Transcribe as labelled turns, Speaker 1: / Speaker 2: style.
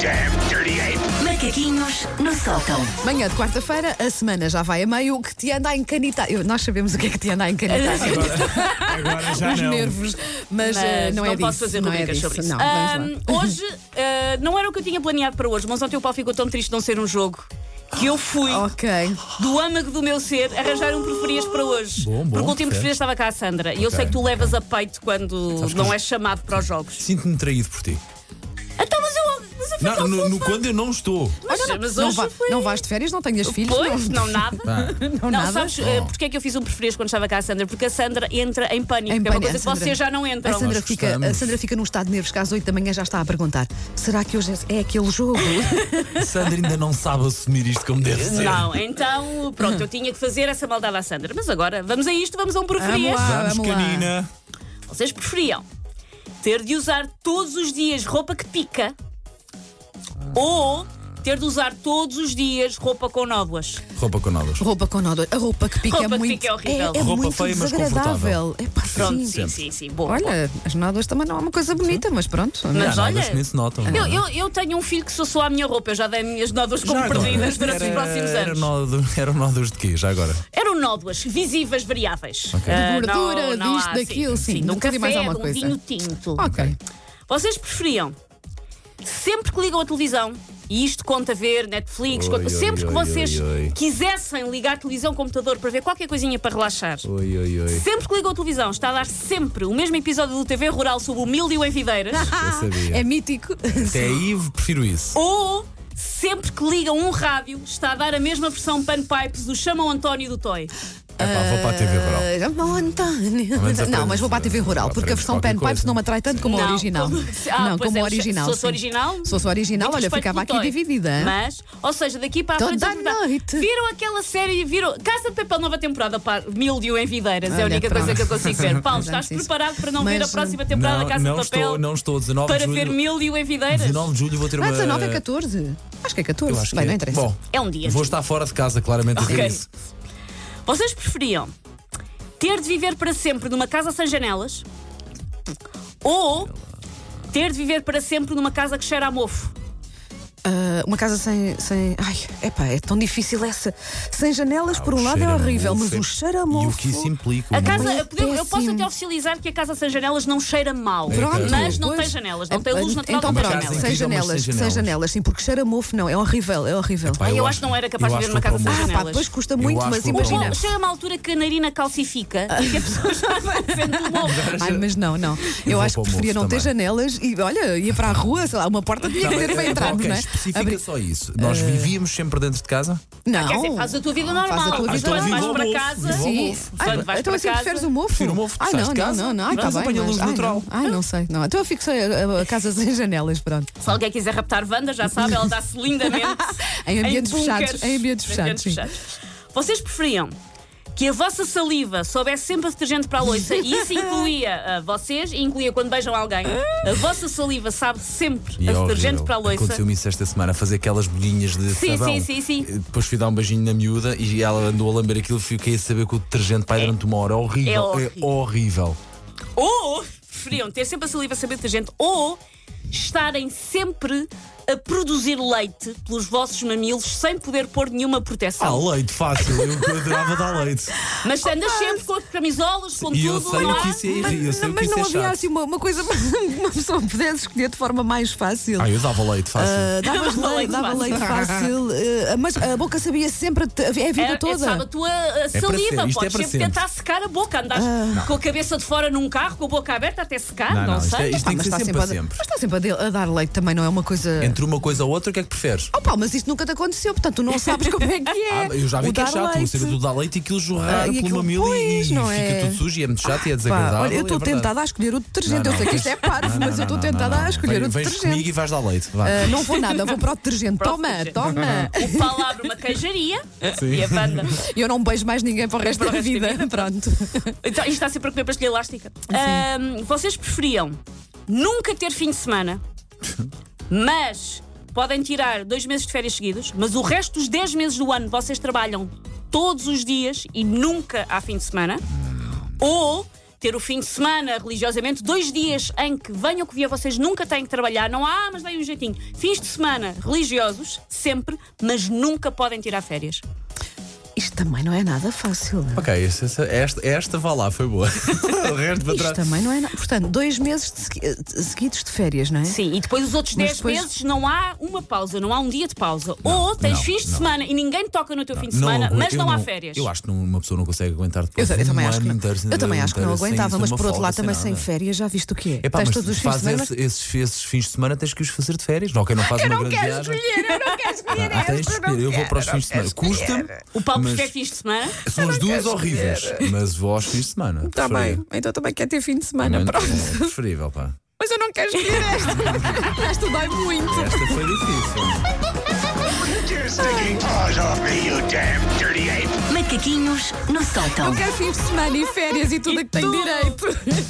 Speaker 1: Damn dirty ape!
Speaker 2: Macaquinhos no sótão.
Speaker 3: Manhã de quarta-feira, a semana já vai a meio, o que te anda a encanitar. Eu- nós sabemos o que é que te anda a encanitar.
Speaker 4: Agora já
Speaker 3: Os
Speaker 4: não.
Speaker 3: nervos, mas, eh,
Speaker 5: Mas
Speaker 3: não,
Speaker 5: não,
Speaker 3: é disso.
Speaker 5: posso fazer
Speaker 3: não é
Speaker 5: rubricas
Speaker 3: disso.
Speaker 5: sobre isso.
Speaker 3: Não,
Speaker 5: Ahm,
Speaker 3: vamos lá.
Speaker 5: hoje, ah, não era o que eu tinha planeado para hoje, mas ontem o Paulo ficou tão triste de não ser um jogo que eu fui,
Speaker 3: Ok.
Speaker 5: do âmago do meu ser, arranjar um preferias para hoje.
Speaker 4: Bom, bom,
Speaker 5: Porque o último
Speaker 4: percebo.
Speaker 5: preferias estava cá a Sandra. E eu sei que tu levas a peito quando
Speaker 4: Sabes que
Speaker 5: não
Speaker 4: eu-
Speaker 5: és chamado para os jogos.
Speaker 4: Sinto-me traído por ti.
Speaker 5: Então, mas eu. Mas eu fui
Speaker 4: Não,
Speaker 5: tão
Speaker 4: no, no-
Speaker 5: fofa.
Speaker 4: quando eu não estou.
Speaker 5: mas, mas
Speaker 3: não,
Speaker 5: hoje
Speaker 3: vá-
Speaker 5: foi.
Speaker 3: não vais de férias, não tenhas filhos.
Speaker 5: Pois, não, nada.
Speaker 4: Pá,
Speaker 5: Não,
Speaker 3: Não, nada.
Speaker 5: sabes eh,
Speaker 4: Oh.
Speaker 5: porque é que eu fiz um preferias quando estava cá a Sandra? Porque a Sandra entra em pânico.
Speaker 3: Em
Speaker 5: que é
Speaker 3: pânico,
Speaker 5: uma coisa
Speaker 3: a
Speaker 5: que
Speaker 3: Sandra-
Speaker 5: vocês já não entram.
Speaker 3: A Sandra,
Speaker 4: Nós
Speaker 3: fica,
Speaker 4: gostamos.
Speaker 3: a Sandra fica num estado de nervos que às 8 da manhã já está a perguntar: será que hoje é aquele jogo?
Speaker 4: Sandra ainda não sabe assumir isto como deve ser.
Speaker 5: Não, então, pronto, eu tinha que fazer essa maldade à Sandra. Mas agora, vamos a isto, vamos a um preferias.
Speaker 3: Vamos lá.
Speaker 4: Vamos,
Speaker 3: lá.
Speaker 4: canina.
Speaker 5: Vocês preferiam ter de usar todos os dias roupa que pica ou ter de usar todos os dias roupa com nódoas?
Speaker 4: Roupa com novas.
Speaker 3: roupa com nódoa. A roupa que pica
Speaker 5: Roupa
Speaker 3: é
Speaker 5: que
Speaker 3: muito.
Speaker 5: pica é horrível.
Speaker 3: é
Speaker 4: Roupa
Speaker 3: muito
Speaker 4: feia, mas
Speaker 3: desagradável. É pá,
Speaker 5: Pronto,
Speaker 3: sim.
Speaker 5: sim, sim, sim. Bom,
Speaker 3: Olha, as nódoas também não é uma coisa bonita, mas pronto.
Speaker 5: mas
Speaker 4: Não,
Speaker 5: olha,
Speaker 4: mas nem se notam.
Speaker 5: eu,
Speaker 4: não é?
Speaker 5: eu, eu tenho um filho que só sou a minha roupa, eu já dei minhas nódoas como
Speaker 4: Já agora.
Speaker 5: perdidas durante os
Speaker 4: Era-
Speaker 5: próximos
Speaker 4: Era
Speaker 5: anos.
Speaker 4: nódo, era nódoas de quê? Já agora.
Speaker 5: Eram nódoas, visíveis, variáveis. Ah,
Speaker 3: De gordura,
Speaker 5: não, não
Speaker 3: disto,
Speaker 5: há,
Speaker 3: daquilo, sim,
Speaker 5: de um
Speaker 3: nunca
Speaker 5: café,
Speaker 3: vi mais alguma
Speaker 5: de um
Speaker 3: coisa.
Speaker 5: vinho tinto.
Speaker 3: Ok.
Speaker 5: Vocês preferiam sempre que ligam a televisão, e isto conta ver Netflix,
Speaker 4: Oi,
Speaker 5: conta-
Speaker 4: oi,
Speaker 5: sempre que
Speaker 4: oi,
Speaker 5: vocês
Speaker 4: oi, oi.
Speaker 5: quisessem ligar a televisão, computador para ver qualquer coisinha para relaxar.
Speaker 4: Oi, oi, oi.
Speaker 5: Sempre que ligam a televisão, está a dar sempre o mesmo episódio do TV Rural sobre o Milho em Videiras.
Speaker 4: sabia.
Speaker 3: É mítico.
Speaker 4: Até aí prefiro isso.
Speaker 5: ou sempre que ligam um rádio, está a dar a mesma versão Panpipes do Chamam António do Toy.
Speaker 4: Epá, vou para a TV Rural.
Speaker 3: Ah, não, António.
Speaker 4: menos
Speaker 3: Não, mas vou para a TV Rural, porque a
Speaker 4: aprendes
Speaker 3: versão
Speaker 4: qualquer
Speaker 3: Panpipes
Speaker 4: coisa.
Speaker 3: não me atrai tanto como a
Speaker 5: Não,
Speaker 3: original.
Speaker 5: como- Ah,
Speaker 3: não,
Speaker 5: pois
Speaker 3: como a
Speaker 5: é, se
Speaker 3: original.
Speaker 5: fosse
Speaker 3: sim.
Speaker 5: original?
Speaker 3: Se fosse original,
Speaker 5: Muito
Speaker 3: olha,
Speaker 5: respeito
Speaker 3: ficava
Speaker 5: pelo
Speaker 3: aqui
Speaker 5: Toy.
Speaker 3: dividida. hein?
Speaker 5: Mas, ou seja, daqui para a
Speaker 3: Toda
Speaker 5: frente.
Speaker 3: a
Speaker 5: é verdade.
Speaker 3: noite.
Speaker 5: Viram aquela série, viram Casa de Papel, nova temporada, pá, Mil e um em Videiras. é
Speaker 3: Olha,
Speaker 5: a única coisa
Speaker 3: pronto.
Speaker 5: que eu consigo ver. Paulo,
Speaker 3: Mas
Speaker 5: estás
Speaker 3: antes disso.
Speaker 5: preparado para não
Speaker 3: Mas,
Speaker 5: ver a próxima temporada
Speaker 4: Não,
Speaker 5: da Casa
Speaker 4: não
Speaker 5: de Papel?
Speaker 4: estou, não estou. 19
Speaker 5: Para
Speaker 4: de julho.
Speaker 5: ver Mil e um em Videiras?
Speaker 4: 19 de julho vou ter uma.
Speaker 3: Ah, 19 é 14. Acho que é 14.
Speaker 4: Eu acho que
Speaker 3: Bem,
Speaker 4: é.
Speaker 3: não interessa.
Speaker 4: Bom,
Speaker 5: É um dia.
Speaker 4: vou estar fora de casa, claramente, a ver
Speaker 5: Ok.
Speaker 4: isso.
Speaker 5: Vocês preferiam ter de viver para sempre numa casa sem janelas ou ter de viver para sempre numa casa que cheira a mofo?
Speaker 3: Ah, uma casa sem, sem. Ai, epá, é tão difícil essa. Sem janelas, por
Speaker 4: Ah, O
Speaker 3: um lado é
Speaker 4: cheiro a
Speaker 3: horrível,
Speaker 4: mofo
Speaker 3: mas
Speaker 4: é-
Speaker 3: o cheiro a
Speaker 4: E o
Speaker 3: mofo-
Speaker 4: que isso implica?
Speaker 5: A
Speaker 4: não é?
Speaker 5: casa,
Speaker 3: é
Speaker 5: eu, podemos- eu posso
Speaker 3: péssimo.
Speaker 5: até oficializar que a casa sem janelas não cheira mal.
Speaker 4: Pronto.
Speaker 5: mas não
Speaker 3: Pois.
Speaker 5: tem janelas, não tem luz natural,
Speaker 3: Então
Speaker 5: não tem
Speaker 4: casa
Speaker 5: janelas.
Speaker 3: pronto,
Speaker 4: incrível,
Speaker 3: sem
Speaker 4: é mas sem
Speaker 3: janelas, sem
Speaker 4: janelas.
Speaker 3: janelas, sim, porque cheira a mofo, não, é horrível, é horrível.
Speaker 4: Pá,
Speaker 5: Ah, eu acho que não era capaz de
Speaker 4: eu
Speaker 5: viver
Speaker 4: acho
Speaker 5: numa
Speaker 4: que vou
Speaker 5: casa
Speaker 4: para
Speaker 5: sem
Speaker 4: o morro.
Speaker 3: Ah,
Speaker 5: janelas.
Speaker 3: pá, depois custa
Speaker 4: Eu
Speaker 3: muito,
Speaker 4: acho
Speaker 3: mas
Speaker 4: que vou
Speaker 5: O
Speaker 3: imagina.
Speaker 5: bolo chega a uma altura que a narina calcifica e que a pessoa já vai sendo o bolo.
Speaker 3: Ai, mas não, não. Eu,
Speaker 4: vou
Speaker 3: acho
Speaker 4: para
Speaker 3: que
Speaker 4: o
Speaker 3: preferia
Speaker 4: mofo
Speaker 3: não ter
Speaker 4: também.
Speaker 3: janelas e, olha, ia para a rua, sei lá, uma porta tinha que ter para
Speaker 4: Ok,
Speaker 3: entrarmos,
Speaker 4: ok,
Speaker 3: não é? Eh,
Speaker 4: especifica
Speaker 3: Abrir-
Speaker 4: só isso. Nós vivíamos sempre dentro de casa?
Speaker 3: Não.
Speaker 5: Quer dizer, faz a tua vida
Speaker 3: Faz a
Speaker 5: normal.
Speaker 3: tua
Speaker 5: mas
Speaker 3: vida
Speaker 5: quando vais
Speaker 3: normal.
Speaker 5: para casa.
Speaker 3: Sim. Ai,
Speaker 5: Quando vais
Speaker 3: então
Speaker 5: para
Speaker 3: assim
Speaker 5: casa-
Speaker 3: preferes o mofo?
Speaker 4: Prefiro o mofo, tu
Speaker 3: Ai,
Speaker 4: sais
Speaker 3: não,
Speaker 4: de casa,
Speaker 3: não, não, não. Ai, tá
Speaker 4: vamos
Speaker 3: bem,
Speaker 4: apanhar
Speaker 3: mas-
Speaker 4: luz
Speaker 3: ai,
Speaker 4: natural.
Speaker 3: não. Ai, não sei. Não. Então eu fico sem a, a casa sem janelas, pronto.
Speaker 5: Se alguém quiser raptar Wanda, já sabe, ela dá-se lindamente.
Speaker 3: Em ambientes
Speaker 5: bunkers.
Speaker 3: fechados, em ambientes fechados, sim.
Speaker 5: Vocês preferiam que a vossa saliva soubesse sempre a detergente para a loiça, e isso incluía a vocês e incluía quando beijam alguém, a vossa saliva sabe sempre
Speaker 4: E
Speaker 5: a
Speaker 4: é
Speaker 5: detergente
Speaker 4: horrível.
Speaker 5: para a loiça.
Speaker 4: Aconteceu-me isso esta semana, a fazer aquelas bolinhas de
Speaker 5: Sim,
Speaker 4: sabão.
Speaker 5: sim, sim, sim.
Speaker 4: Depois fui dar um beijinho na miúda e ela andou a lamber aquilo e fiquei a saber que o detergente pai durante uma hora.
Speaker 5: é
Speaker 4: Horrível,
Speaker 5: horrível.
Speaker 4: é horrível.
Speaker 5: Ou preferiam ter sempre a saliva a saber detergente, ou estarem sempre a produzir leite pelos vossos mamilos sem poder pôr nenhuma proteção.
Speaker 4: Ah, leite fácil, eu eu adorava dar leite.
Speaker 5: Mas andas sempre com as camisolas, com
Speaker 4: E eu
Speaker 5: tudo,
Speaker 4: sei
Speaker 5: não
Speaker 4: o
Speaker 5: há?
Speaker 4: que isso é, eu sei o que
Speaker 3: mas
Speaker 4: isso
Speaker 3: não
Speaker 4: é
Speaker 3: havia
Speaker 4: chato.
Speaker 3: assim uma, uma coisa que uma pessoa pudesse escolher de forma mais fácil.
Speaker 4: Ah, eu dava leite fácil.
Speaker 3: Ah, davas
Speaker 5: Dava leite
Speaker 3: leite, dava
Speaker 5: fácil.
Speaker 3: leite fácil, eh, mas a boca sabia sempre, te- é a vida
Speaker 5: É,
Speaker 3: toda.
Speaker 5: É, sabe, a tua a
Speaker 4: para
Speaker 5: saliva,
Speaker 4: ser, isto
Speaker 5: podes
Speaker 4: é para
Speaker 5: sempre
Speaker 4: sempre. Ah.
Speaker 5: tentar secar a boca, andas com a cabeça de fora num carro, com a boca aberta até secar, não,
Speaker 4: isto, é,
Speaker 5: sei.
Speaker 4: isto tem
Speaker 3: Ah,
Speaker 4: que
Speaker 3: mas
Speaker 4: ser
Speaker 3: está
Speaker 4: sempre,
Speaker 3: sempre a,
Speaker 4: a sempre.
Speaker 3: mas está sempre a de- a dar leite também, não é uma coisa.
Speaker 4: Entre uma coisa ou outra, o que é que preferes?
Speaker 3: Oh, pá, mas isto nunca te aconteceu, portanto tu não sabes como é que é.
Speaker 4: Ah, eu já vi
Speaker 3: o
Speaker 4: que é
Speaker 3: dar
Speaker 4: chato, o
Speaker 3: leite.
Speaker 4: ser do dar leite e aquilo jorrar
Speaker 3: Ah, e
Speaker 4: pelo
Speaker 3: aquilo,
Speaker 4: mamilo e, e
Speaker 3: pois, não
Speaker 4: fica
Speaker 3: é?
Speaker 4: tudo sujo e é muito chato e é
Speaker 3: Pá,
Speaker 4: desagradável.
Speaker 3: olha, eu estou
Speaker 4: é verdade.
Speaker 3: tentada a escolher o detergente.
Speaker 4: Não,
Speaker 3: eu sei que
Speaker 4: não,
Speaker 3: isto é parvo,
Speaker 4: Não, não,
Speaker 3: mas eu estou
Speaker 4: não,
Speaker 3: tentada
Speaker 4: não, não.
Speaker 3: a escolher
Speaker 4: Vem-
Speaker 3: o
Speaker 4: Vens comigo
Speaker 3: detergente.
Speaker 4: e vais dar leite. Vá.
Speaker 3: Ah, não vou nada, vou para o detergente.
Speaker 5: Para o
Speaker 3: Toma,
Speaker 5: detergente.
Speaker 3: toma.
Speaker 4: é-
Speaker 5: O palavra, uma queijaria e a banda.
Speaker 3: Eu não beijo mais ninguém para o resto
Speaker 5: Para
Speaker 3: da
Speaker 5: o resto da
Speaker 3: vida.
Speaker 5: vida,
Speaker 3: Pronto.
Speaker 5: Então, isto está sempre a comer pastilha elástica. Ahm, vocês preferiam nunca ter fim de semana, mas podem tirar dois meses de férias seguidos, mas o resto dos 10 meses do ano vocês trabalham todos os dias e nunca há fim de semana, ou ter o fim de semana religiosamente, dois dias em que venham que vier, vocês nunca têm que trabalhar, não há, ah, mas vem um jeitinho. Fins de semana religiosos, sempre, mas nunca podem tirar férias.
Speaker 3: Isto também não é nada fácil.
Speaker 4: Ok, essa- essa- esta, esta vá lá, foi boa. o resto
Speaker 3: Isto
Speaker 4: para trás.
Speaker 3: também não é nada. Portanto, dois meses de segui- de seguidos de férias, não é?
Speaker 5: Sim, e depois os outros
Speaker 3: Mas
Speaker 5: 10
Speaker 3: depois-
Speaker 5: meses não há uma pausa, não há um dia de pausa. Ou tens
Speaker 4: não,
Speaker 5: fins de
Speaker 4: não.
Speaker 5: semana e ninguém toca no teu fim de
Speaker 4: Não
Speaker 5: semana,
Speaker 4: aguento-
Speaker 5: mas
Speaker 4: eu
Speaker 5: não há férias.
Speaker 4: Eu acho que não- uma pessoa não consegue aguentar
Speaker 3: Eu,
Speaker 4: depois.
Speaker 3: eu
Speaker 4: de um
Speaker 3: também
Speaker 4: ano
Speaker 3: acho que não,
Speaker 4: inteiro sem-
Speaker 3: eu também acho que não
Speaker 4: inteiro sem-
Speaker 3: aguentava,
Speaker 4: sem
Speaker 3: mas
Speaker 4: uma
Speaker 3: por outro
Speaker 4: folga,
Speaker 3: lado também sem
Speaker 4: nada.
Speaker 3: férias, já viste o que é?
Speaker 4: Epá,
Speaker 3: Tens
Speaker 4: mas
Speaker 3: todos os fins de
Speaker 4: faz
Speaker 3: semana.
Speaker 4: esse- esses, esses fins de semana tens que os fazer de férias. Não, quem não faz uma grande viagem.
Speaker 3: eu não quero escolher é
Speaker 4: Ah, tens de escolher. Eu vou para os fins de semana. Custa-me.
Speaker 5: O Paulo
Speaker 4: mas
Speaker 5: prefere fins de semana.
Speaker 4: São as duas horríveis. Mas vou aos fins de semana.
Speaker 3: Está
Speaker 4: preferia.
Speaker 3: bem, então também quer ter fim de semana,
Speaker 4: Não,
Speaker 3: pronto.
Speaker 4: É preferível, pá.
Speaker 3: Mas eu não quero escolher esta. esta dói muito.
Speaker 4: Esta foi difícil.
Speaker 1: Your stinking paws off me, you damn dirty ape!
Speaker 2: Macaquinhos no sótão.
Speaker 3: Eu quero fim de semana e férias e tudo a que tenho
Speaker 5: tudo.
Speaker 3: direito.